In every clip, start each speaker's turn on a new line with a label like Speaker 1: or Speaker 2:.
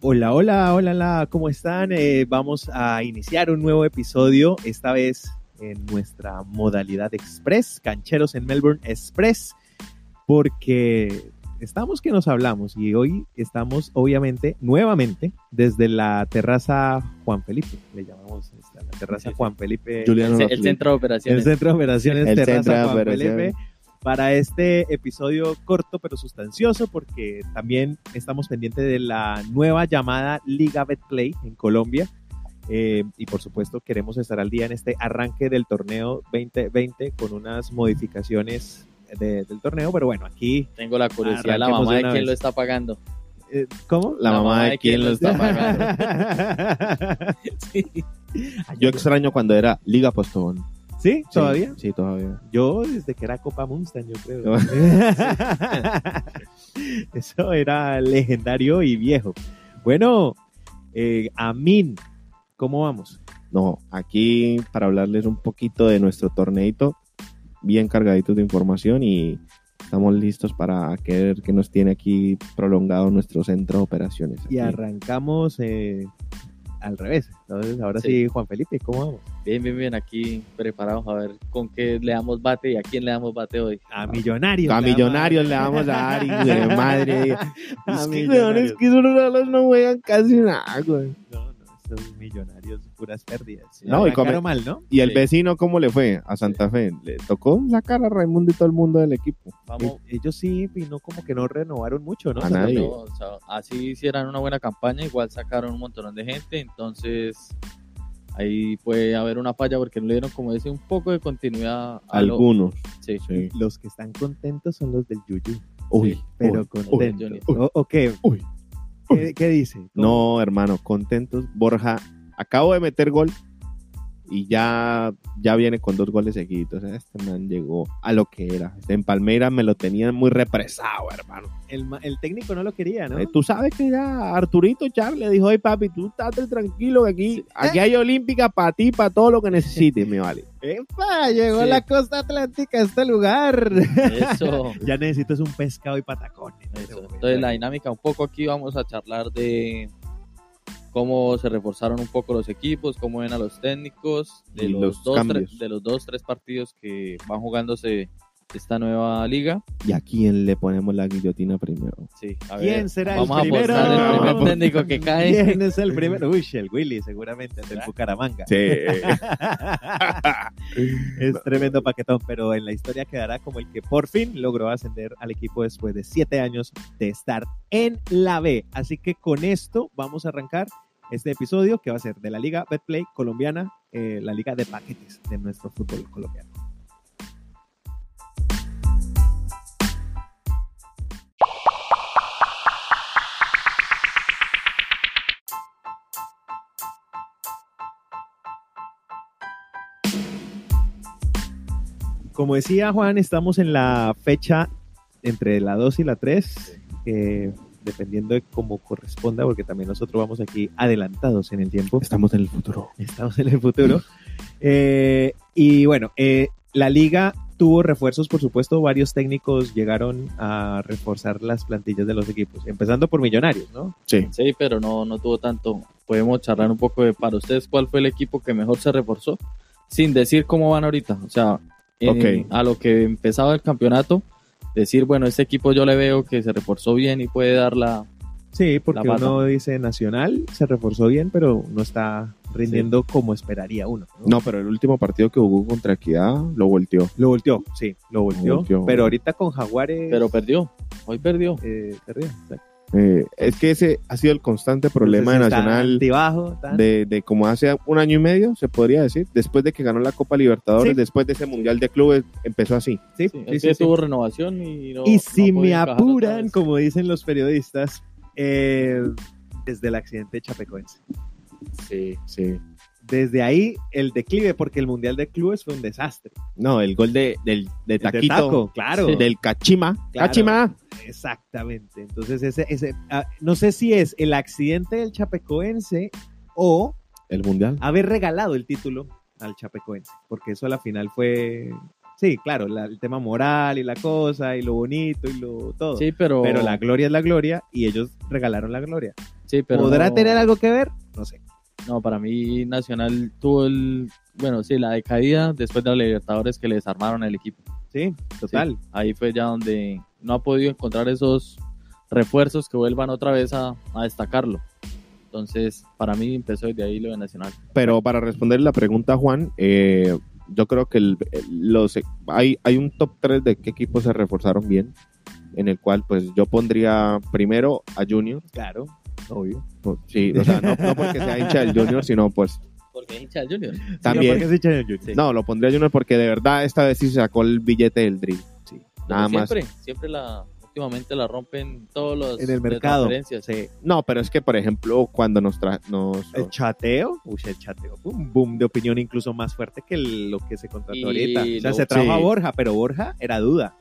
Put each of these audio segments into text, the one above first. Speaker 1: Hola, hola, hola, hola, ¿cómo están? Eh, vamos a iniciar un nuevo episodio, esta vez en nuestra modalidad express, Cancheros en Melbourne Express, porque estamos que nos hablamos y hoy estamos obviamente nuevamente desde la terraza Juan Felipe, le llamamos esta, la terraza Juan Felipe,
Speaker 2: Juliano
Speaker 3: El,
Speaker 2: lo
Speaker 3: el centro de
Speaker 1: el
Speaker 3: operaciones.
Speaker 1: centro de operaciones
Speaker 2: El
Speaker 1: terraza
Speaker 2: centro de
Speaker 1: Juan Felipe.
Speaker 2: operaciones.
Speaker 1: Para este episodio corto pero sustancioso, porque también estamos pendientes de la nueva llamada Liga Betplay en Colombia. Eh, y por supuesto queremos estar al día en este arranque del torneo 2020 con unas modificaciones de- del torneo, pero bueno, aquí,
Speaker 3: Tengo la curiosidad,
Speaker 2: Ah,
Speaker 3: la
Speaker 1: Arranquemos
Speaker 3: mamá
Speaker 1: de
Speaker 3: de
Speaker 1: una
Speaker 3: quién
Speaker 1: vez.
Speaker 3: lo está pagando.
Speaker 1: eh, ¿cómo?
Speaker 2: La mamá de quién lo está pagando.
Speaker 3: Sí.
Speaker 2: Yo extraño cuando era Liga Postobón. Sí,
Speaker 1: ¿Sí? ¿Todavía?
Speaker 2: Sí, todavía.
Speaker 1: Yo desde que era Copa Munster, yo creo. Eso era legendario y viejo. Bueno, eh, Amin, ¿cómo vamos?
Speaker 2: No, aquí para hablarles un poquito de nuestro torneito, bien cargaditos de información y estamos listos para ver que nos tiene aquí prolongado nuestro centro de operaciones.
Speaker 1: Y
Speaker 2: aquí.
Speaker 1: arrancamos eh, al revés. Entonces, ahora sí.
Speaker 3: Sí.
Speaker 1: Juan Felipe, ¿cómo vamos?
Speaker 3: Bien, bien, bien, aquí preparados a ver con qué le damos bate y a quién le damos bate hoy.
Speaker 1: A Millonarios.
Speaker 2: Ah, A
Speaker 1: le vamos
Speaker 2: Millonarios le vamos a dar y de madre.
Speaker 1: A
Speaker 2: Es que, weón,
Speaker 1: Millonarios.
Speaker 2: es que esos raros no juegan casi nada, güey.
Speaker 1: No, no, esos millonarios, puras pérdidas.
Speaker 2: No, y
Speaker 1: Arrancaron
Speaker 2: come-
Speaker 1: mal, ¿no?
Speaker 2: ¿Y el
Speaker 3: Sí.
Speaker 2: vecino cómo le fue? A Santa Fe. Le tocó sacar a Raimundo y todo el mundo del equipo.
Speaker 3: Vamos.
Speaker 1: Ellos sí, y no como que no renovaron mucho, ¿no?
Speaker 2: A nadie.
Speaker 3: No, o sea, así hicieran una buena campaña, igual sacaron un montón de gente, entonces ahí puede haber una falla porque no le dieron, como decir, un poco de continuidad a lo-
Speaker 2: Algunos.
Speaker 3: Sí.
Speaker 2: Sí.
Speaker 1: Los que están contentos son los del Yuyu.
Speaker 2: Uy,
Speaker 1: pero
Speaker 2: uy, uy.
Speaker 1: contentos.
Speaker 3: Johnny.
Speaker 1: O- ¿O qué?
Speaker 2: Uy.
Speaker 1: ¿Qué, qué dice?
Speaker 2: No, hermano, contentos. Borja, acabo de meter gol y ya, ya viene con dos goles seguidos. Este man llegó a lo que era. Este, En Palmeiras me lo tenían muy represado, hermano.
Speaker 1: El, ma- el técnico no lo quería, ¿no?
Speaker 2: Eh, Tú sabes que ya Arturito Char le dijo, hey papi, tú estate tranquilo que aquí, aquí hay olímpica para ti, para todo lo que necesites, me vale.
Speaker 1: ¡Epa! Llegó
Speaker 3: Sí.
Speaker 1: la costa atlántica a este lugar.
Speaker 3: Eso.
Speaker 1: ya necesitas un pescado y patacones.
Speaker 3: Eso. Entonces la dinámica un poco aquí vamos a charlar de cómo se reforzaron un poco los equipos, cómo ven a los técnicos, de
Speaker 2: Y
Speaker 3: los,
Speaker 2: los
Speaker 3: dos,
Speaker 2: cambios.
Speaker 3: tres, de los dos, tres partidos que van jugándose esta nueva liga.
Speaker 2: ¿Y a quién le ponemos la guillotina primero?
Speaker 3: Sí, a ver,
Speaker 1: ¿Quién será
Speaker 3: vamos
Speaker 1: el primero?
Speaker 3: a apostar el primer
Speaker 2: Vamos.
Speaker 3: técnico que cae.
Speaker 1: ¿Quién es el primero? Uy, el Willy, seguramente, el del
Speaker 3: ¿Será?
Speaker 1: Bucaramanga.
Speaker 2: Sí.
Speaker 1: es tremendo paquetón, pero en la historia quedará como el que por fin logró ascender al equipo después de siete años de estar en la B. Así que con esto vamos a arrancar este episodio que va a ser de la Liga Betplay colombiana, eh, la Liga de Paquetes de nuestro fútbol colombiano. Como decía Juan, estamos en la fecha entre la 2 y la 3, eh, dependiendo de cómo corresponda, porque también nosotros vamos aquí adelantados en el tiempo.
Speaker 2: Estamos en el futuro.
Speaker 1: Estamos en el futuro. Eh, y bueno, eh, la liga tuvo refuerzos, por supuesto, varios técnicos llegaron a reforzar las plantillas de los equipos, empezando por Millonarios, ¿no?
Speaker 2: Sí.
Speaker 3: Sí, pero no, no tuvo tanto. Podemos charlar un poco de para ustedes cuál fue el equipo que mejor se reforzó, sin decir cómo van ahorita. O sea, en-
Speaker 2: Ok.
Speaker 3: a lo que empezaba el campeonato, decir, bueno, este equipo yo le veo que se reforzó bien y puede dar la...
Speaker 1: Sí, porque
Speaker 3: La pata.
Speaker 1: uno dice Nacional se reforzó bien, pero no está rindiendo como esperaría uno. ¿no?
Speaker 2: No, pero el último partido que jugó contra Equidad lo volteó.
Speaker 1: Lo volteó, sí, lo volteó.
Speaker 2: volteó.
Speaker 1: Pero ahorita con Jaguares.
Speaker 3: Pero perdió, hoy perdió.
Speaker 1: eh, perdió, exacto.
Speaker 2: Eh, es que ese ha sido el constante problema
Speaker 1: Entonces
Speaker 2: de
Speaker 1: está
Speaker 2: Nacional
Speaker 1: antibajo, tan-
Speaker 2: de, de como hace un año y medio, se podría decir, después de que ganó la Copa Libertadores,
Speaker 1: Sí.
Speaker 2: después de ese Mundial de Clubes, empezó así.
Speaker 1: sí,
Speaker 3: Sí,
Speaker 1: sí,
Speaker 3: es
Speaker 1: sí,
Speaker 3: que
Speaker 1: sí.
Speaker 3: tuvo renovación y no...
Speaker 1: Y
Speaker 3: no
Speaker 1: si me
Speaker 3: podía encajar otra
Speaker 1: apuran,
Speaker 3: vez.
Speaker 1: como dicen los periodistas, eh, desde el accidente chapecoense.
Speaker 3: Sí,
Speaker 2: Sí.
Speaker 1: Desde ahí el declive, porque el Mundial de Clubes fue un desastre.
Speaker 2: No, el gol de, del, de
Speaker 1: El de
Speaker 2: Taquito,
Speaker 1: taco, claro.
Speaker 2: del Cachima.
Speaker 1: Claro.
Speaker 2: ¡Cachima!
Speaker 1: Exactamente. Entonces, ese, ese ah, no sé si es el accidente del chapecoense o
Speaker 2: El Mundial.
Speaker 1: haber regalado el título al chapecoense, porque eso a la final fue... Sí, claro, la- el tema moral y la cosa, y lo bonito y lo todo.
Speaker 3: sí pero...
Speaker 1: Pero la gloria es la gloria y ellos regalaron la gloria.
Speaker 3: Sí, pero
Speaker 1: ¿Podrá
Speaker 3: no-
Speaker 1: tener algo que ver? No sé.
Speaker 3: No, para mí Nacional tuvo el, bueno, sí, la decaída después de los Libertadores que le desarmaron el equipo.
Speaker 1: Sí, total.
Speaker 3: Sí, ahí fue ya donde no ha podido encontrar esos refuerzos que vuelvan otra vez a, a destacarlo. Entonces, para mí empezó desde ahí lo de Nacional.
Speaker 2: Pero para responder la pregunta, Juan, eh, yo creo que el- los, hay, hay un top 3 de qué equipos se reforzaron bien, en el cual pues yo pondría primero a Junior.
Speaker 1: Claro, obvio.
Speaker 2: Por- Pues, Sí, o sea, no, no porque sea hincha del Junior, sino pues
Speaker 3: Porque es hincha del Junior.
Speaker 2: también...
Speaker 1: Sí, no, porque es hincha del Junior.
Speaker 2: No, lo pondría a Junior porque de verdad esta vez sí se sacó el billete del drill.
Speaker 1: Sí.
Speaker 2: Nada más.
Speaker 3: siempre, siempre la, últimamente la rompen todos los
Speaker 1: En el
Speaker 3: de
Speaker 1: mercado.
Speaker 3: transferencias.
Speaker 1: Sí.
Speaker 2: No, pero es que, por ejemplo, cuando nos... tra- nos
Speaker 3: Eh.
Speaker 1: El chateo, uy, el chateo fue un boom de opinión incluso más fuerte que el- lo que se contrató
Speaker 3: Y
Speaker 1: ahorita. O sea,
Speaker 3: lo-
Speaker 1: se trajo a
Speaker 2: sí.
Speaker 1: Borja, pero Borja era duda.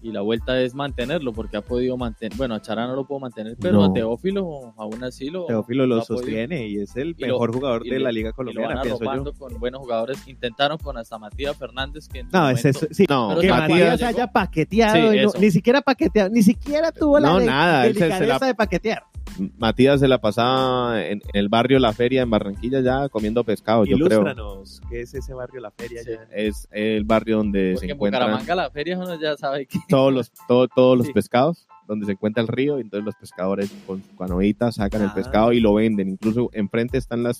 Speaker 3: Y la vuelta es mantenerlo, porque ha podido mantener, bueno, a Chará no lo puedo mantener, pero
Speaker 2: No.
Speaker 3: a Teófilo aún así lo,
Speaker 1: Teófilo
Speaker 3: lo
Speaker 1: lo
Speaker 3: ha podido.
Speaker 1: sostiene y es el
Speaker 3: Y lo-
Speaker 1: mejor jugador
Speaker 3: y
Speaker 1: de
Speaker 3: lo-
Speaker 1: la Liga
Speaker 3: y lo van
Speaker 1: Colombiana, pienso yo.
Speaker 3: arropando con buenos jugadores. Intentaron con hasta Matías Fernández, que en su
Speaker 1: No, es
Speaker 3: momento-
Speaker 1: eso. Sí,
Speaker 2: No,
Speaker 3: Pero
Speaker 1: que
Speaker 3: Matías-
Speaker 1: Matías haya paqueteado,
Speaker 3: Sí,
Speaker 1: y no-
Speaker 3: eso.
Speaker 1: ni siquiera paqueteado, ni siquiera tuvo la
Speaker 2: No,
Speaker 1: de-
Speaker 2: nada, él se- se la-
Speaker 1: delicadeza de paquetear.
Speaker 2: Matías se la pasaba en, en el barrio La Feria, en Barranquilla, ya comiendo pescado, yo creo.
Speaker 1: Ilústranos, ¿qué es ese barrio La Feria?
Speaker 3: Sí.
Speaker 1: allá?
Speaker 2: Es el barrio donde
Speaker 3: Porque
Speaker 2: se
Speaker 3: en
Speaker 2: encuentran
Speaker 3: Bucaramanga la feria uno ya sabe que
Speaker 2: todos los, todo- todos los
Speaker 3: Sí.
Speaker 2: pescados, donde se encuentra el río, y entonces los pescadores con su canoita sacan el
Speaker 1: Ah.
Speaker 2: pescado y lo venden. Incluso enfrente están las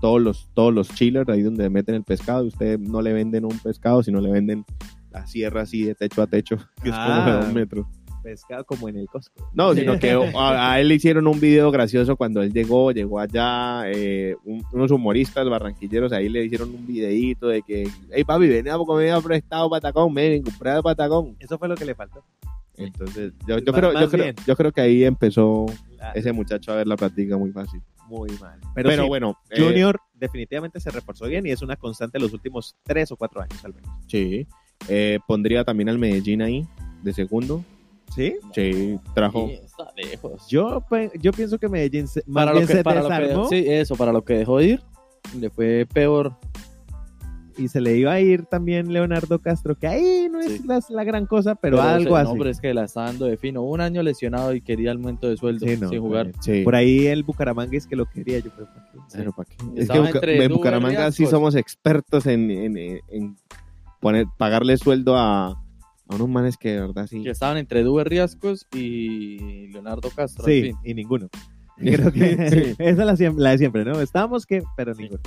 Speaker 2: todos los todos los chillers ahí donde meten el pescado y ustedes no le venden un pescado, sino le venden la sierra así de techo a techo, que es como
Speaker 1: Ah.
Speaker 2: de un metro.
Speaker 1: Pescado como en el Costco.
Speaker 2: No,
Speaker 3: Sí.
Speaker 2: sino que a, a él le hicieron un video gracioso cuando él llegó, llegó allá, eh, un- unos humoristas barranquilleros ahí le hicieron un videíto de que, hey papi, ven a porque me había prestado patacón, me ven, compré patacón.
Speaker 1: Eso fue lo que le faltó.
Speaker 2: Entonces, yo, yo
Speaker 1: Más-
Speaker 2: creo, yo,
Speaker 1: más
Speaker 2: creo,
Speaker 1: bien.
Speaker 2: yo creo que ahí empezó
Speaker 1: La-
Speaker 2: ese muchacho a ver la práctica muy fácil.
Speaker 1: Muy mal. Pero,
Speaker 2: Pero,
Speaker 1: sí,
Speaker 2: bueno, eh,
Speaker 1: Junior definitivamente se reforzó bien y es una constante los últimos tres o cuatro años al menos.
Speaker 2: sí, eh, pondría también al Medellín ahí, de segundo.
Speaker 1: ¿Sí?
Speaker 2: Sí, trajo.
Speaker 3: Sí, está lejos.
Speaker 1: Yo, pe- yo pienso que Medellín se, más
Speaker 3: para lo
Speaker 1: bien
Speaker 3: que,
Speaker 1: se
Speaker 3: para lo que-
Speaker 1: desarmó
Speaker 3: sí, eso, para lo que dejó de ir, le fue peor.
Speaker 1: y se le iba a ir también Leonardo Castro, que ahí no es
Speaker 3: Sí.
Speaker 1: la, la gran cosa, pero,
Speaker 3: ese
Speaker 1: algo así.
Speaker 3: nombre es que la está dando de fino. Un año lesionado y quería el aumento de sueldo
Speaker 1: Sí, no,
Speaker 3: sin jugar.
Speaker 2: Sí.
Speaker 1: Por ahí el Bucaramanga es que lo quería, yo creo. ¿para qué?
Speaker 2: Pero ¿para qué? Es que
Speaker 3: Estaba
Speaker 2: Buca-
Speaker 3: entre
Speaker 2: en
Speaker 3: Duber y
Speaker 2: Bucaramanga sí
Speaker 3: Ascos.
Speaker 2: somos expertos en, en- en poner, pagarle sueldo a, a unos manes que de verdad sí.
Speaker 3: Que estaban entre Duber Riascos y Leonardo Castro.
Speaker 1: Sí,
Speaker 3: en fin.
Speaker 1: y ninguno. Creo que
Speaker 2: Sí.
Speaker 1: esa es la, siem- la de siempre, ¿no? Estábamos que, pero
Speaker 3: Sí.
Speaker 1: ninguno.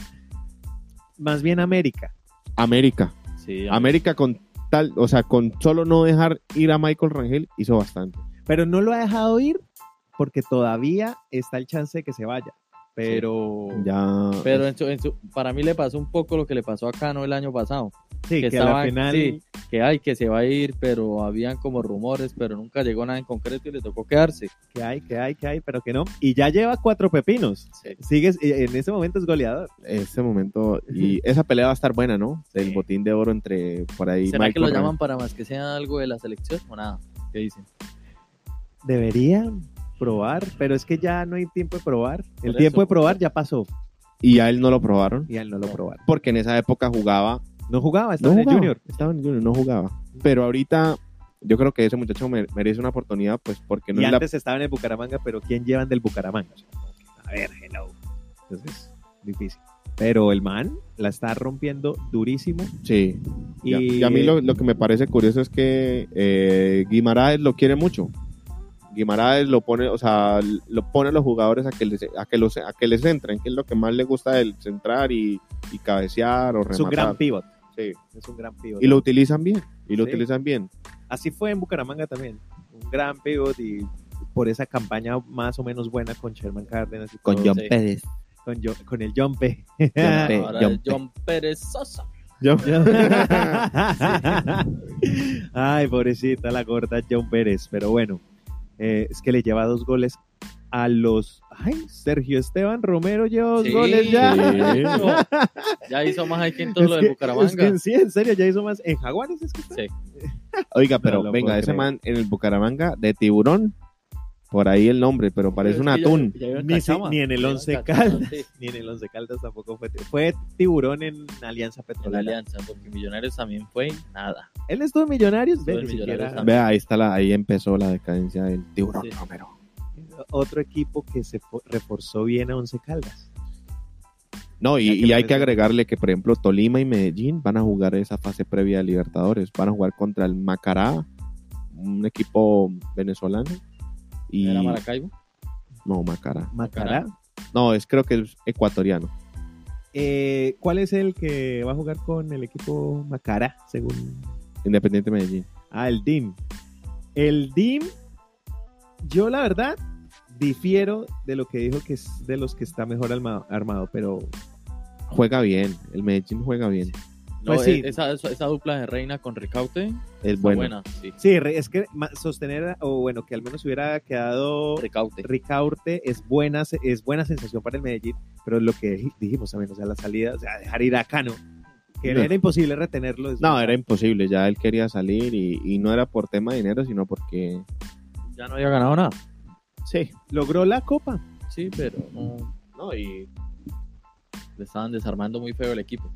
Speaker 1: Más bien América.
Speaker 2: América.
Speaker 3: Sí,
Speaker 2: América con tal, o sea, con solo no dejar ir a Michael Rangel hizo bastante.
Speaker 1: Pero no lo ha dejado ir porque todavía está el chance de que se vaya. Pero
Speaker 2: Ya.
Speaker 3: Pero en su- en su- para mí le pasó un poco lo que le pasó a Cano el año pasado.
Speaker 1: sí, que,
Speaker 3: que
Speaker 1: al
Speaker 3: estaba-
Speaker 1: final
Speaker 3: sí. Que hay que se va a ir, pero habían como rumores, pero nunca llegó nada en concreto y le tocó quedarse.
Speaker 1: que hay, que hay, que hay, pero que no. Y ya lleva cuatro pepinos. Sigues, eh, en ese momento es goleador.
Speaker 2: Ese momento. Y esa pelea va a estar buena, ¿no? Del
Speaker 1: Sí.
Speaker 2: botín de oro entre por ahí.
Speaker 3: ¿Será que
Speaker 2: Michael
Speaker 3: lo
Speaker 2: Rangel.
Speaker 3: llaman para más que sea algo de la selección o nada? ¿Qué dicen?
Speaker 1: Deberían probar, pero es que ya no hay tiempo de probar. El
Speaker 3: Por
Speaker 1: tiempo
Speaker 3: eso.
Speaker 1: de probar ya pasó
Speaker 2: Y a él no lo probaron.
Speaker 1: y él no lo probaron.
Speaker 2: Porque en esa época jugaba
Speaker 1: No jugaba,
Speaker 2: No
Speaker 1: estaba en el
Speaker 2: jugaba,
Speaker 1: Junior.
Speaker 2: Estaba en el Junior, no jugaba. Pero ahorita yo creo que ese muchacho mer- merece una oportunidad, pues porque no
Speaker 1: y
Speaker 2: es la-
Speaker 1: antes estaba en el Bucaramanga, pero ¿quién llevan del Bucaramanga? O sea, como que, a ver, hello. Entonces, difícil. Pero el man la está rompiendo durísimo.
Speaker 2: Sí. Y, a-
Speaker 1: Y-
Speaker 2: y a mí lo, lo que me parece curioso es que eh, Guimaraes lo quiere mucho. Guimaraes lo pone, o sea, lo pone a los jugadores a que les, a que los, a que les centren, que es lo que más le gusta del centrar y, y cabecear o rematar.
Speaker 1: Es un gran pivot.
Speaker 2: Sí.
Speaker 1: Es un gran pivot.
Speaker 2: Y lo utilizan bien, y lo
Speaker 1: Sí.
Speaker 2: utilizan bien.
Speaker 1: Así fue en Bucaramanga también. Un gran pivot y por esa campaña más o menos buena con Sherman Cárdenas. y todo,
Speaker 3: John
Speaker 1: sí.
Speaker 2: Pérez.
Speaker 1: con, yo- con el Jumpe.
Speaker 2: John Pe-
Speaker 3: Ahora
Speaker 2: John
Speaker 3: es John Pérez Sosa.
Speaker 1: Ay, pobrecita la gorda John Pérez. Pero bueno, eh, es que le lleva dos goles a los. Ay, Sergio Esteban Romero lleva dos
Speaker 3: Sí.
Speaker 1: goles ya.
Speaker 2: Sí.
Speaker 3: No, ya hizo más hay que en todo
Speaker 1: Es
Speaker 3: lo
Speaker 1: que-
Speaker 3: de Bucaramanga.
Speaker 1: es que en sí, en serio, ya hizo más. En Jaguares es que está.
Speaker 3: Sí.
Speaker 2: Oiga,
Speaker 1: No
Speaker 2: pero
Speaker 1: lo puedo
Speaker 2: venga, ese
Speaker 1: creer.
Speaker 2: man en el Bucaramanga de tiburón, por ahí el nombre, pero parece
Speaker 3: Es
Speaker 2: un
Speaker 3: que ya-
Speaker 2: atún.
Speaker 3: ya iba en
Speaker 1: Ni, si-
Speaker 3: Cachama.
Speaker 1: ni en el
Speaker 3: Ya iba en
Speaker 1: Once
Speaker 3: Cachama,
Speaker 1: Caldas.
Speaker 3: sí,
Speaker 1: Ni en el Once Caldas tampoco fue. tiburón. Fue tiburón en Alianza
Speaker 3: En la
Speaker 1: Petrolera.
Speaker 3: alianza, porque Millonarios también fue nada.
Speaker 1: Él estuvo en Millonarios,
Speaker 3: Estuvo
Speaker 1: ve,
Speaker 3: en
Speaker 1: ni
Speaker 3: Millonarios
Speaker 1: siquiera-
Speaker 3: también.
Speaker 2: Vea, ahí está la, ahí empezó la decadencia del tiburón
Speaker 3: Sí.
Speaker 2: Romero.
Speaker 1: otro equipo que se fo- reforzó bien a Once Caldas.
Speaker 2: No, y,
Speaker 1: Ya que
Speaker 2: y
Speaker 1: lo
Speaker 2: hay que
Speaker 1: mencioné.
Speaker 2: agregarle que, por ejemplo, Tolima y Medellín van a jugar esa fase previa de Libertadores. Van a jugar contra el Macará, un equipo venezolano. Y,
Speaker 3: Era Maracaibo.
Speaker 2: no, Macará.
Speaker 1: Macará.
Speaker 2: No, es creo que es ecuatoriano.
Speaker 1: Eh, ¿Cuál es el que va a jugar con el equipo Macará, según
Speaker 2: Independiente Medellín.
Speaker 1: Ah, el DIM. El DIM, yo la verdad difiero de lo que dijo que es de los que está mejor alma- armado, pero
Speaker 2: Juega bien. El Medellín juega bien.
Speaker 3: No,
Speaker 1: Pues sí.
Speaker 3: e- esa, esa- esa dupla de Reina con Ricaute.
Speaker 2: Es
Speaker 3: está
Speaker 2: bueno.
Speaker 3: buena, sí.
Speaker 1: sí, re- es que ma- sostener, o bueno, que al menos hubiera quedado
Speaker 3: Ricaute.
Speaker 1: Ricaurte, es buena, se- es buena sensación para el Medellín, pero lo que dij- dijimos también, o sea, la salida, o sea, dejar ir a Cano, que
Speaker 2: No.
Speaker 1: era imposible retenerlo. es-
Speaker 2: No, era imposible. Ya él quería salir y, y no era por tema de dinero, sino porque.
Speaker 3: Ya no había ganado nada.
Speaker 2: Sí.
Speaker 1: Logró la copa.
Speaker 3: Sí, pero no,
Speaker 2: No, y
Speaker 3: le estaban desarmando muy feo el equipo.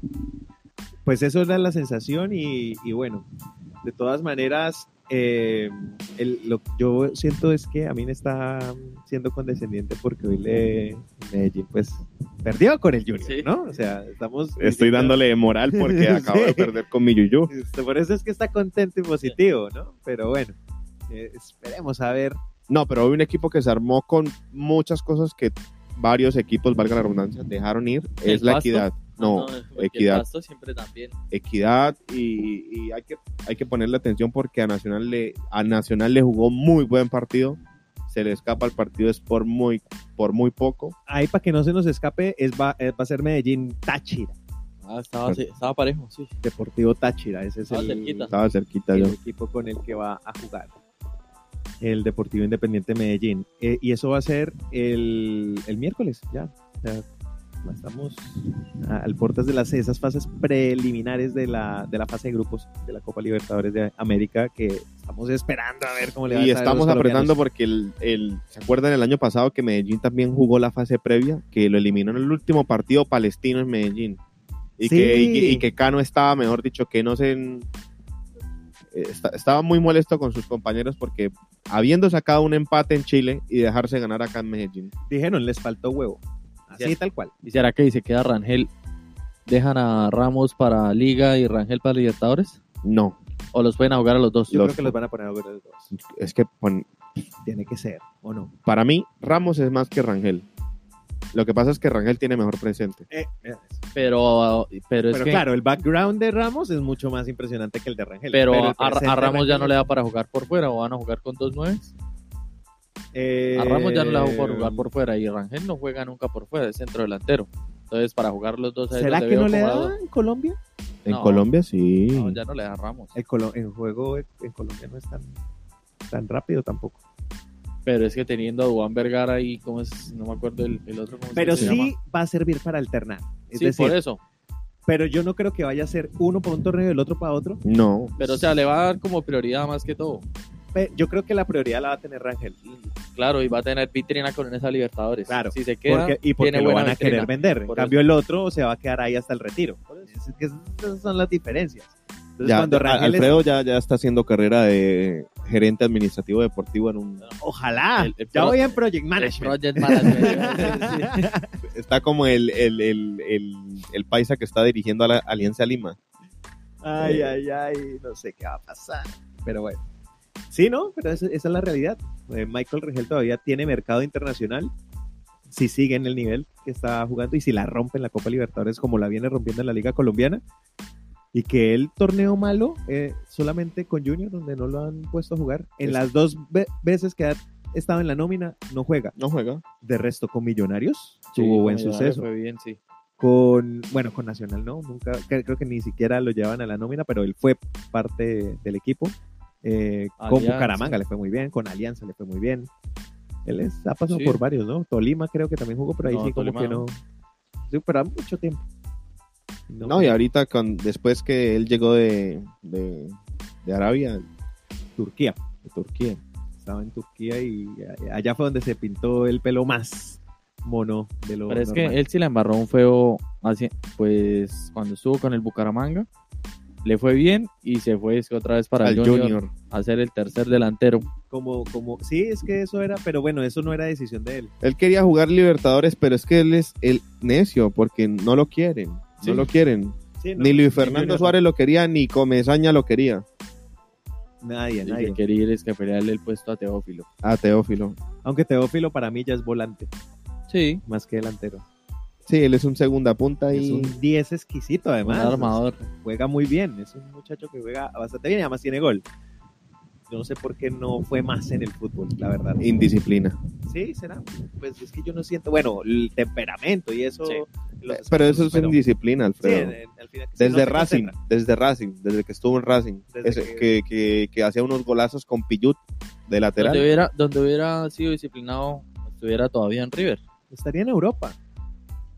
Speaker 1: pues eso era la sensación y, y bueno, de todas maneras, eh, el- lo que yo siento es que a mí me está siendo condescendiente porque hoy le Medellín pues perdió con el Junior,
Speaker 3: Sí.
Speaker 1: ¿no? O sea, estamos...
Speaker 2: estoy dándole moral porque acabo de
Speaker 1: Sí.
Speaker 2: perder con mi Yuyu.
Speaker 1: Por eso es que está contento y positivo, ¿no? Pero bueno, eh, esperemos a ver.
Speaker 2: No, pero hoy un equipo que se armó con muchas cosas que varios equipos, valga la redundancia, dejaron ir.
Speaker 3: ¿El
Speaker 2: Es la
Speaker 3: Pasto?
Speaker 2: equidad. No,
Speaker 3: Ah, porque
Speaker 2: equidad.
Speaker 3: El Pasto siempre también.
Speaker 2: equidad y, y hay, que, hay que ponerle atención porque a Nacional, le, a Nacional le jugó muy buen partido. Se le escapa el partido, es por muy, por muy poco.
Speaker 1: Ahí para que no se nos escape, es va, eh, va a ser Medellín Táchira,
Speaker 3: Ah, estaba, sí, estaba parejo, sí.
Speaker 1: Deportivo Táchira, ese es
Speaker 3: Ah,
Speaker 1: el-
Speaker 3: cerquita.
Speaker 2: Estaba cerquita yo.
Speaker 1: el equipo con el que va a jugar el Deportivo Independiente Medellín. Eh, y eso va a ser el, el miércoles, ya. O sea, ya estamos a- al portas de las, esas fases preliminares de la, de la fase de grupos de la Copa Libertadores de América que estamos esperando a ver cómo le va a
Speaker 2: Y
Speaker 1: estar a los
Speaker 2: estamos apretando
Speaker 1: colombianos.
Speaker 2: porque el, el- ¿se acuerdan el año pasado que Medellín también jugó la fase previa? Que lo eliminó en el último partido palestino en Medellín. Y,
Speaker 1: Sí.
Speaker 2: que, y que- y que Cano estaba, mejor dicho, que no se... en- eh, esta- estaba muy molesto con sus compañeros porque habiendo sacado un empate en Chile y dejarse ganar acá en Medellín.
Speaker 1: Dijeron, les faltó huevo. Así
Speaker 3: Cierto.
Speaker 1: tal cual.
Speaker 3: ¿Y será que se queda Rangel? ¿Dejan a Ramos para Liga y Rangel para Libertadores?
Speaker 2: No,
Speaker 3: ¿O los pueden ahogar a los dos?
Speaker 1: Yo
Speaker 2: Los-
Speaker 1: creo que los van a poner a ver los dos.
Speaker 2: es que pon-
Speaker 1: Tiene que ser, ¿o no?
Speaker 2: para mí Ramos es más que Rangel. Lo que pasa es que Rangel tiene mejor presente.
Speaker 1: Eh, mira eso.
Speaker 3: Pero, ah, pero Pues es
Speaker 1: pero
Speaker 3: que
Speaker 1: claro, el background de Ramos es mucho más impresionante que el de Rangel.
Speaker 3: pero
Speaker 1: el
Speaker 3: a, a
Speaker 1: presente
Speaker 3: Ramos ya
Speaker 1: Rangel-
Speaker 3: no le da para jugar por fuera o van a jugar con dos nueves.
Speaker 1: Eh,
Speaker 3: A Ramos ya no le da para jugar por fuera y Rangel no juega nunca por fuera, es centro delantero. Entonces, para jugar los dos, ahí
Speaker 1: ¿Será
Speaker 3: los
Speaker 1: que
Speaker 3: veo
Speaker 1: no le
Speaker 3: como a
Speaker 1: da
Speaker 3: dos.
Speaker 1: en Colombia?
Speaker 2: En
Speaker 3: No.
Speaker 2: Colombia sí.
Speaker 3: No, ya no le da a Ramos.
Speaker 1: El, colo- el juego en Colombia no es tan, tan rápido tampoco.
Speaker 3: Pero es que teniendo a Duan Vergara y cómo es, no me acuerdo el, el otro. ¿cómo es
Speaker 1: Pero
Speaker 3: que se
Speaker 1: sí
Speaker 3: llama?
Speaker 1: va a servir para alternar. Es
Speaker 3: sí,
Speaker 1: decir,
Speaker 3: por eso.
Speaker 1: pero yo no creo que vaya a ser uno para un torneo y el otro para otro.
Speaker 2: No.
Speaker 3: Pero o sea, le va a dar como prioridad más que todo.
Speaker 1: Pe- Yo creo que la prioridad la va a tener Rangel.
Speaker 3: Claro, y va a tener vitrina con esa Libertadores.
Speaker 1: Claro,
Speaker 3: Si se queda,
Speaker 1: Porque- y porque
Speaker 3: tiene
Speaker 1: lo
Speaker 3: buena
Speaker 1: van a
Speaker 3: vitrina.
Speaker 1: querer vender. En
Speaker 3: Por
Speaker 1: cambio, el otro se va a quedar ahí hasta el retiro. Es que esas son las diferencias. Entonces,
Speaker 2: Ya,
Speaker 1: cuando
Speaker 2: a-
Speaker 1: Rangel es-
Speaker 2: Alfredo ya, ya está haciendo carrera de gerente administrativo deportivo en un...
Speaker 1: ojalá,
Speaker 3: El- el
Speaker 1: ya
Speaker 3: pro-
Speaker 1: voy en Project
Speaker 3: El
Speaker 1: Management.
Speaker 3: Project Management. Sí.
Speaker 2: Está como el, el, el, el- el paisa que está dirigiendo a la Alianza Lima.
Speaker 3: eh,
Speaker 1: Ay, ay, ay, no sé qué va a pasar. Pero bueno. Sí, ¿no? Pero esa, esa es la realidad. Eh, Michael Regel todavía tiene mercado internacional. Si sigue en el nivel que está jugando y si la rompe en la Copa Libertadores como la viene rompiendo en la Liga Colombiana. Y que el torneo malo eh, solamente con Junior, donde no lo han puesto a jugar, en
Speaker 2: Es-
Speaker 1: las dos ve- veces que ha estado en la nómina, no juega.
Speaker 2: No juega.
Speaker 1: De resto, con Millonarios
Speaker 3: Sí,
Speaker 1: tuvo buen
Speaker 3: Millonarios
Speaker 1: suceso
Speaker 3: Fue bien, sí.
Speaker 1: con, bueno, con Nacional no, nunca, cre- creo que ni siquiera lo llevaban a la nómina, pero él fue parte del equipo. Eh, con
Speaker 3: Alianza.
Speaker 1: Bucaramanga le fue muy bien, con Alianza le fue muy bien. Él es- ha pasado
Speaker 3: Sí.
Speaker 1: por varios, ¿no? Tolima creo que también jugó, pero ahí
Speaker 3: No,
Speaker 1: sí como
Speaker 3: Tolima
Speaker 1: que
Speaker 3: no.
Speaker 1: no. Sí, pero a mucho tiempo. No,
Speaker 2: No, y ahorita con, después que él llegó de, de, de Arabia,
Speaker 1: Turquía.
Speaker 2: de Turquía.
Speaker 1: Estaba en Turquía y a- allá fue donde se pintó el pelo más mono de lo
Speaker 3: Pero es que
Speaker 1: normal.
Speaker 3: él sí la embarró un feo, así, pues cuando estuvo con el Bucaramanga, le fue bien y se fue es que otra vez para
Speaker 2: al
Speaker 3: el junior,
Speaker 2: Junior.
Speaker 3: a ser el tercer delantero.
Speaker 1: Como, como, sí, es que eso era, pero bueno, eso no era decisión de él.
Speaker 2: Él quería jugar Libertadores, pero es que él es el necio porque no lo quieren.
Speaker 1: Sí.
Speaker 2: No lo quieren.
Speaker 1: Sí, no,
Speaker 2: Ni Luis
Speaker 1: Junior
Speaker 2: Fernando
Speaker 1: no.
Speaker 2: Suárez lo quería, ni Comezaña lo quería.
Speaker 1: Nadie,
Speaker 3: Y que
Speaker 1: nadie.
Speaker 3: quería ir es que pelearle el puesto a Teófilo.
Speaker 2: A Teófilo.
Speaker 1: Aunque Teófilo para mí ya es volante,
Speaker 3: Sí,
Speaker 1: más que delantero.
Speaker 2: Sí, él es un segunda punta
Speaker 1: Es
Speaker 2: y
Speaker 1: un 10 exquisito,
Speaker 3: un
Speaker 1: además.
Speaker 3: armador.
Speaker 1: juega muy bien, es un muchacho que juega bastante bien y además tiene gol. Yo no sé por qué no fue más en el fútbol, la verdad.
Speaker 2: indisciplina.
Speaker 1: Sí, será. Pues es que yo no siento, bueno, el temperamento y eso.
Speaker 3: Sí.
Speaker 1: los
Speaker 2: Eh, Pero eso es
Speaker 1: aspectos,
Speaker 2: indisciplina,
Speaker 1: pero-
Speaker 2: Alfredo.
Speaker 1: sí, en- en- al final que sí, no
Speaker 2: Desde
Speaker 1: se
Speaker 2: Racing,
Speaker 1: concentra.
Speaker 2: desde Racing, desde que estuvo en Racing,
Speaker 1: Desde
Speaker 2: Ese
Speaker 1: que-
Speaker 2: que, que- que hacía unos golazos con Pillut de lateral.
Speaker 3: Donde hubiera, donde hubiera sido disciplinado, estuviera todavía en River.
Speaker 1: Estaría en Europa.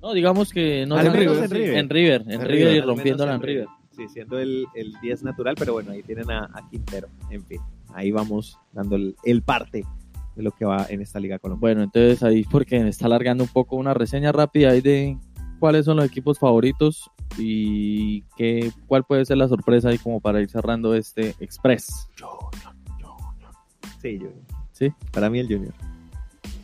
Speaker 3: No, digamos que no
Speaker 2: Al
Speaker 3: tanto,
Speaker 2: menos en
Speaker 3: sí,
Speaker 1: Ah, River.
Speaker 3: en River, en
Speaker 2: En
Speaker 3: River
Speaker 2: River,
Speaker 3: y
Speaker 1: Al menos
Speaker 3: rompiéndola en River.
Speaker 1: Sí, siendo el, el 10 natural, pero bueno, ahí tienen a, a Quintero. En fin, ahí vamos dando el, el parte de lo que va en esta Liga Colombiana.
Speaker 3: Bueno, entonces ahí porque me está alargando un poco una reseña rápida ahí de cuáles son los equipos favoritos y qué, cuál puede ser la sorpresa ahí como para ir cerrando este Express.
Speaker 1: Sí, Junior.
Speaker 3: Sí.
Speaker 1: Para mí el Junior.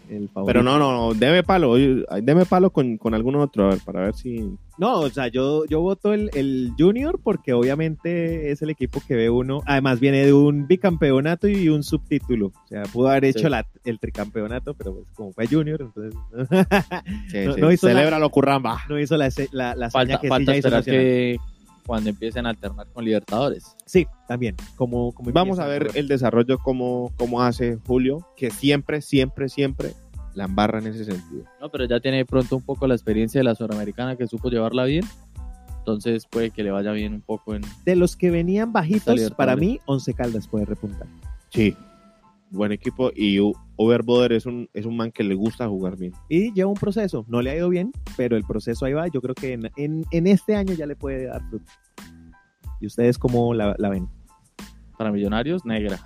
Speaker 1: El favorito.
Speaker 2: Pero no, no, no, deme palo, oye, deme palo con, con algún otro, a ver, para ver si...
Speaker 1: No, o sea, yo, yo voto el, el Junior porque obviamente es el equipo que ve uno. Además, viene de un bicampeonato y un subtítulo. O sea, pudo haber hecho
Speaker 3: Sí.
Speaker 1: la- el tricampeonato, pero pues como fue Junior, entonces
Speaker 2: Sí,
Speaker 1: No-
Speaker 2: sí.
Speaker 1: no hizo
Speaker 2: Celébra lo curramba.
Speaker 1: no hizo la, se- la, la
Speaker 3: Falta,
Speaker 1: hazaña que sí
Speaker 3: falta
Speaker 1: ya hizo
Speaker 3: esperar
Speaker 1: Nacional.
Speaker 3: que cuando empiecen a alternar con Libertadores.
Speaker 1: Sí, también. Como, como
Speaker 2: Vamos
Speaker 1: empieza
Speaker 2: a ver
Speaker 1: jugar.
Speaker 2: el desarrollo como, como hace Julio, que siempre, siempre, siempre la embarra en ese sentido.
Speaker 3: No, pero ya tiene de pronto un poco la experiencia de la Sudamericana que supo llevarla bien. Entonces puede que le vaya bien un poco en
Speaker 2: eh,
Speaker 1: De los que venían bajitos,
Speaker 3: Libertadores.
Speaker 1: para mí, Once Caldas puede repuntar.
Speaker 2: Sí. Buen equipo y U- Overboder es un, es un man que le gusta jugar bien.
Speaker 1: Y lleva un proceso. No le ha ido bien, pero el proceso ahí va. Yo creo que en, en- en este año ya le puede dar fruto. ¿Y ustedes cómo la, la ven?
Speaker 3: para Millonarios negra.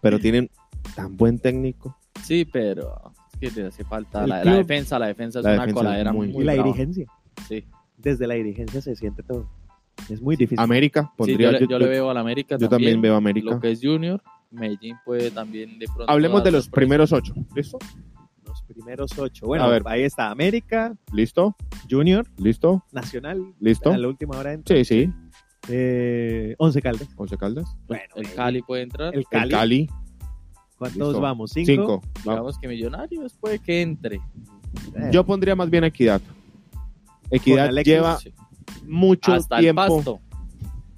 Speaker 2: Pero tienen tan buen técnico.
Speaker 3: Sí, pero es que le hace falta
Speaker 1: El
Speaker 3: la, la
Speaker 1: club-
Speaker 3: defensa, la defensa es
Speaker 2: La
Speaker 3: una
Speaker 2: defensa es
Speaker 3: coladera muy,
Speaker 2: muy-
Speaker 1: y la
Speaker 3: brava.
Speaker 1: dirigencia.
Speaker 3: Sí.
Speaker 1: Desde la dirigencia se siente todo. Es muy difícil.
Speaker 2: América,
Speaker 3: Sí,
Speaker 2: pondría
Speaker 3: yo, le-
Speaker 2: yo,
Speaker 3: yo le
Speaker 2: yo-
Speaker 3: veo al América
Speaker 2: yo también veo América.
Speaker 3: Lo que es Junior, Medellín puede también de pronto.
Speaker 2: Hablemos
Speaker 3: dar
Speaker 2: de los
Speaker 3: sorpresa.
Speaker 2: primeros ocho. ¿Listo?
Speaker 1: Los primeros ocho. Bueno,
Speaker 2: A ver.
Speaker 1: ahí está América,
Speaker 2: ¿Listo?
Speaker 1: Junior,
Speaker 2: ¿Listo?
Speaker 1: Nacional.
Speaker 2: ¿Listo?
Speaker 1: A la última hora entra.
Speaker 2: Sí, sí.
Speaker 1: Eh, Once Caldas.
Speaker 2: Once Caldas.
Speaker 1: Bueno,
Speaker 3: El
Speaker 1: ahí-
Speaker 3: Cali puede entrar.
Speaker 1: El
Speaker 2: El
Speaker 1: Cali.
Speaker 2: Cali.
Speaker 1: ¿Cuántos
Speaker 2: Listo.
Speaker 1: vamos? Cinco.
Speaker 2: Cinco. Vamos.
Speaker 3: Digamos que Millonarios puede que entre.
Speaker 1: Eh,
Speaker 2: Yo pondría más bien Equidad.
Speaker 1: Con
Speaker 2: Equidad
Speaker 1: Alexis,
Speaker 2: lleva
Speaker 3: Sí.
Speaker 2: mucho
Speaker 3: Hasta
Speaker 2: tiempo.
Speaker 3: el pasto.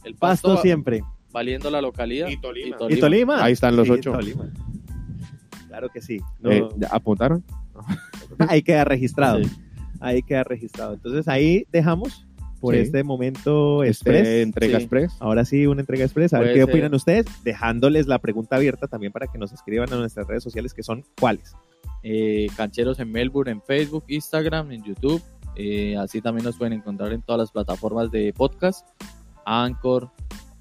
Speaker 3: El pasto,
Speaker 1: Pasto siempre.
Speaker 3: valiendo la localidad.
Speaker 2: Y Tolima.
Speaker 1: ¿Y Tolima?
Speaker 2: Ah, Ahí están los
Speaker 1: Sí,
Speaker 2: ocho.
Speaker 1: Tolima. Claro que sí. No,
Speaker 2: Eh, ¿ya ¿Apuntaron?
Speaker 1: ahí queda registrado.
Speaker 3: Sí.
Speaker 1: Ahí queda registrado. Entonces ahí dejamos por
Speaker 2: Sí.
Speaker 1: este momento
Speaker 2: Este,
Speaker 1: express.
Speaker 2: entrega
Speaker 3: Pues, Sí.
Speaker 2: express.
Speaker 1: Ahora sí, una entrega express. A ver
Speaker 3: Puede
Speaker 1: qué
Speaker 3: ser.
Speaker 1: opinan ustedes, dejándoles la pregunta abierta también para que nos escriban a nuestras redes sociales, que son cuáles.
Speaker 3: Eh, cancheros en Melbourne, en Facebook, Instagram, en YouTube. Eh, así también nos pueden encontrar en todas las plataformas de podcast: Anchor,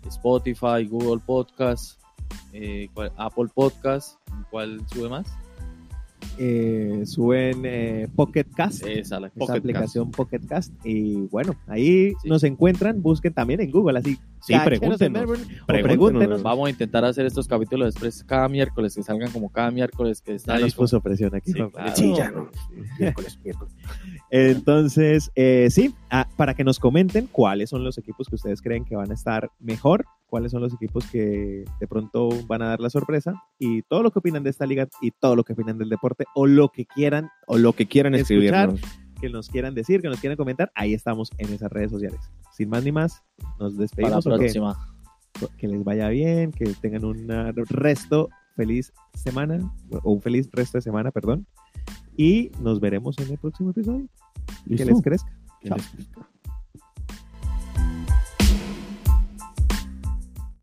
Speaker 3: Spotify, Google Podcast, eh, ¿cuál- Apple Podcast. ¿Cuál sube más?
Speaker 1: Eh, suben eh, Pocket Cast,
Speaker 3: Esa, la que
Speaker 1: esa
Speaker 2: Pocket
Speaker 1: aplicación Pocket Cast. Y bueno, ahí
Speaker 3: Sí.
Speaker 1: nos encuentran, busquen también en Google, así.
Speaker 2: Sí,
Speaker 1: Cancheros en
Speaker 2: pregúntenos.
Speaker 1: Melbourne, o
Speaker 2: Pregúntenos.
Speaker 1: pregúntenos.
Speaker 3: Vamos a intentar hacer estos capítulos express cada miércoles, que salgan como cada miércoles, que
Speaker 1: Ya
Speaker 3: están
Speaker 1: nos puso presión aquí.
Speaker 3: Sí,
Speaker 1: me
Speaker 3: claro.
Speaker 1: parece.
Speaker 2: Sí, ya no. Miércoles, miércoles.
Speaker 1: Entonces, eh, sí, ah, para que nos comenten cuáles son los equipos que ustedes creen que van a estar mejor, cuáles son los equipos que de pronto van a dar la sorpresa y todo lo que opinan de esta liga y todo lo que opinan del deporte o lo que quieran,
Speaker 2: O lo que quieran
Speaker 1: Escuchar.
Speaker 2: escribirnos.
Speaker 1: que nos quieran decir, que nos quieran comentar, ahí estamos en esas redes sociales. Sin más ni más, nos
Speaker 3: para la
Speaker 1: despedimos. ¿o qué?
Speaker 3: próxima.
Speaker 1: Que les vaya bien, que tengan un ah, resto feliz semana, o un feliz resto de semana, perdón. Y nos veremos en el próximo episodio. Que
Speaker 2: Listo.
Speaker 1: les crezca.
Speaker 2: Que
Speaker 1: Chao.
Speaker 2: les-